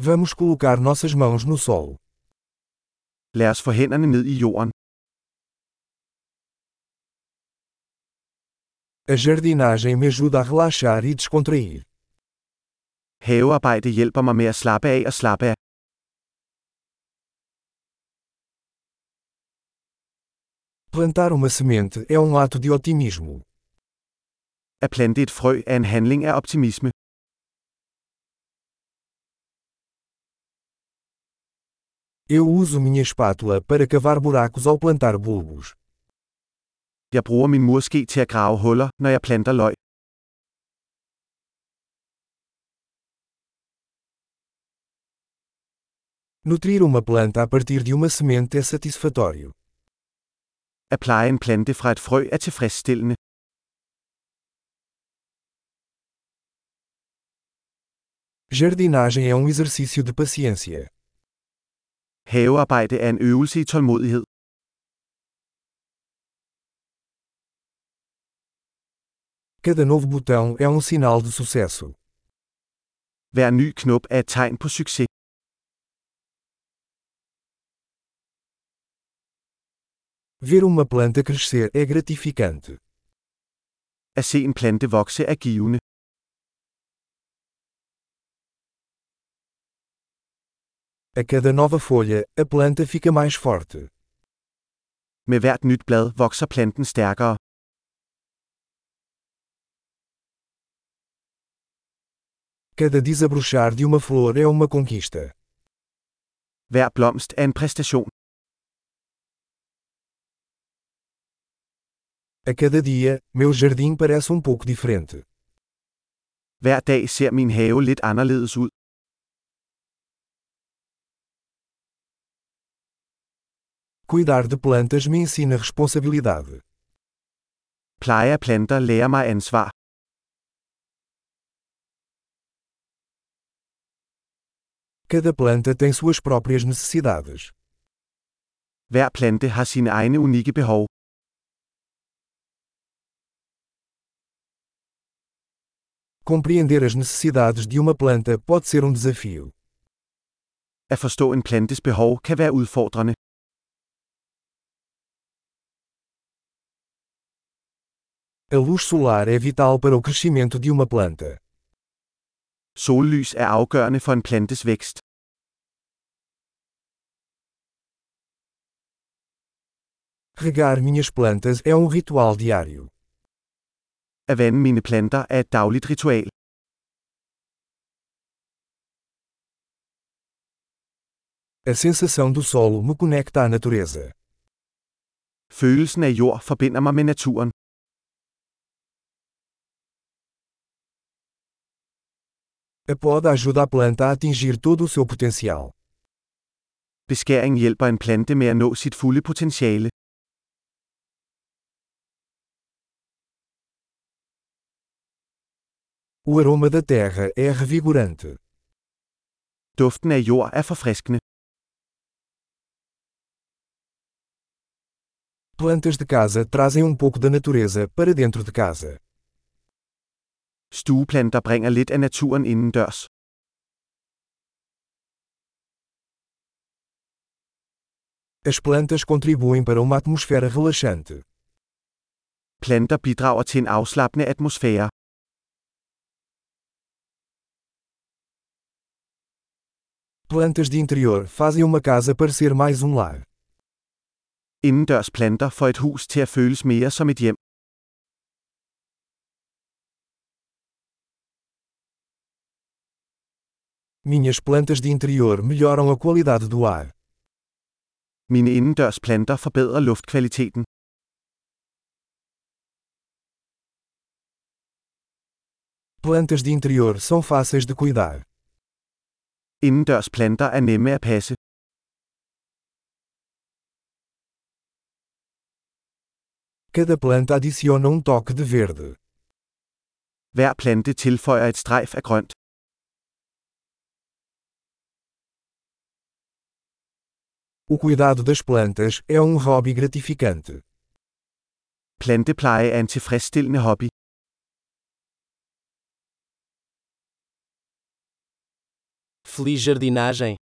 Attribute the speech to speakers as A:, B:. A: Vamos colocar nossas mãos no sol.
B: Lad os få hænderne ned i jorden.
A: A jardinagem me ajuda a relaxar e descontrair.
B: Havearbejde hjælper mig med at slappe af og slappe af.
A: Plantar uma semente é um ato de otimismo.
B: At plante et frø er en handling af optimisme.
A: Eu uso minha espátula para cavar buracos ao plantar bulbos.
B: Jeg bruger min murske til at grave huller, når jeg planter løg.
A: Nutrir uma planta a partir de uma semente é satisfatório.
B: At pleje en plante fra et frø er tilfredsstillende.
A: Jardinagem é um exercício de paciência.
B: Havearbejde er en øvelse i tålmodighed.
A: Cada novo botão é um sinal de sucesso.
B: Hver ny knop er et tegn på succes.
A: Ver uma planta crescer é gratificante.
B: At se en plante vokse er givende.
A: A cada nova folha, a planta fica mais forte.
B: Med hvert nyt blad vokser planten stærkere.
A: Cada desabrochar de uma flor é uma conquista.
B: Hver blomst er en præstation.
A: A cada dia, meu jardim parece um pouco diferente.
B: Hver dag ser min have lidt anderledes ud.
A: Cuidar de plantas me ensina responsabilidade.
B: Pleje af planter lærer mig ansvar.
A: Cada planta tem suas próprias necessidades.
B: Hver plante har sine egne unikke behov.
A: Compreender as necessidades de uma planta pode ser um desafio.
B: At forstå en plantes behov kan være udfordrende.
A: A luz solar é vital para o crescimento de uma planta.
B: Sollys er afgørende for en plantes vækst.
A: Regar minhas plantas é um ritual diário.
B: At vande mine planter er et dagligt ritual.
A: A sensação do solo me conecta à natureza.
B: Følelsen af jord forbinder mig med naturen.
A: A poda ajuda a planta a atingir todo o seu potencial.
B: Beskæring hjælper en plante med at nå sit fulde potentiale.
A: O aroma da terra é revigorante.
B: Duften af jord er forfriskende.
A: Plantas de casa trazem um pouco da natureza para dentro de casa.
B: Stueplanter bringer lidt af naturen indendørs.
A: As plantas contribuem para uma atmosfera relaxante.
B: Planter bidrager til en afslappende atmosfære.
A: Plantas de interior fazem uma casa parecer mais um lar.
B: Indendørs planter får et hus til at føles mere som et hjem.
A: Minhas plantas de interior melhoram a qualidade do ar.
B: Mine indendørs planter forbedrer luftkvaliteten.
A: Plantas de interior são fáceis de cuidar.
B: Indendørs planter er nemme at passe.
A: Cada planta adiciona um toque de verde.
B: Hver plante tilføjer et strejf af grønt.
A: O cuidado das plantas é um hobby gratificante.
B: Plantepleje er en tilfredsstillende hobby.
C: feliz jardinagem.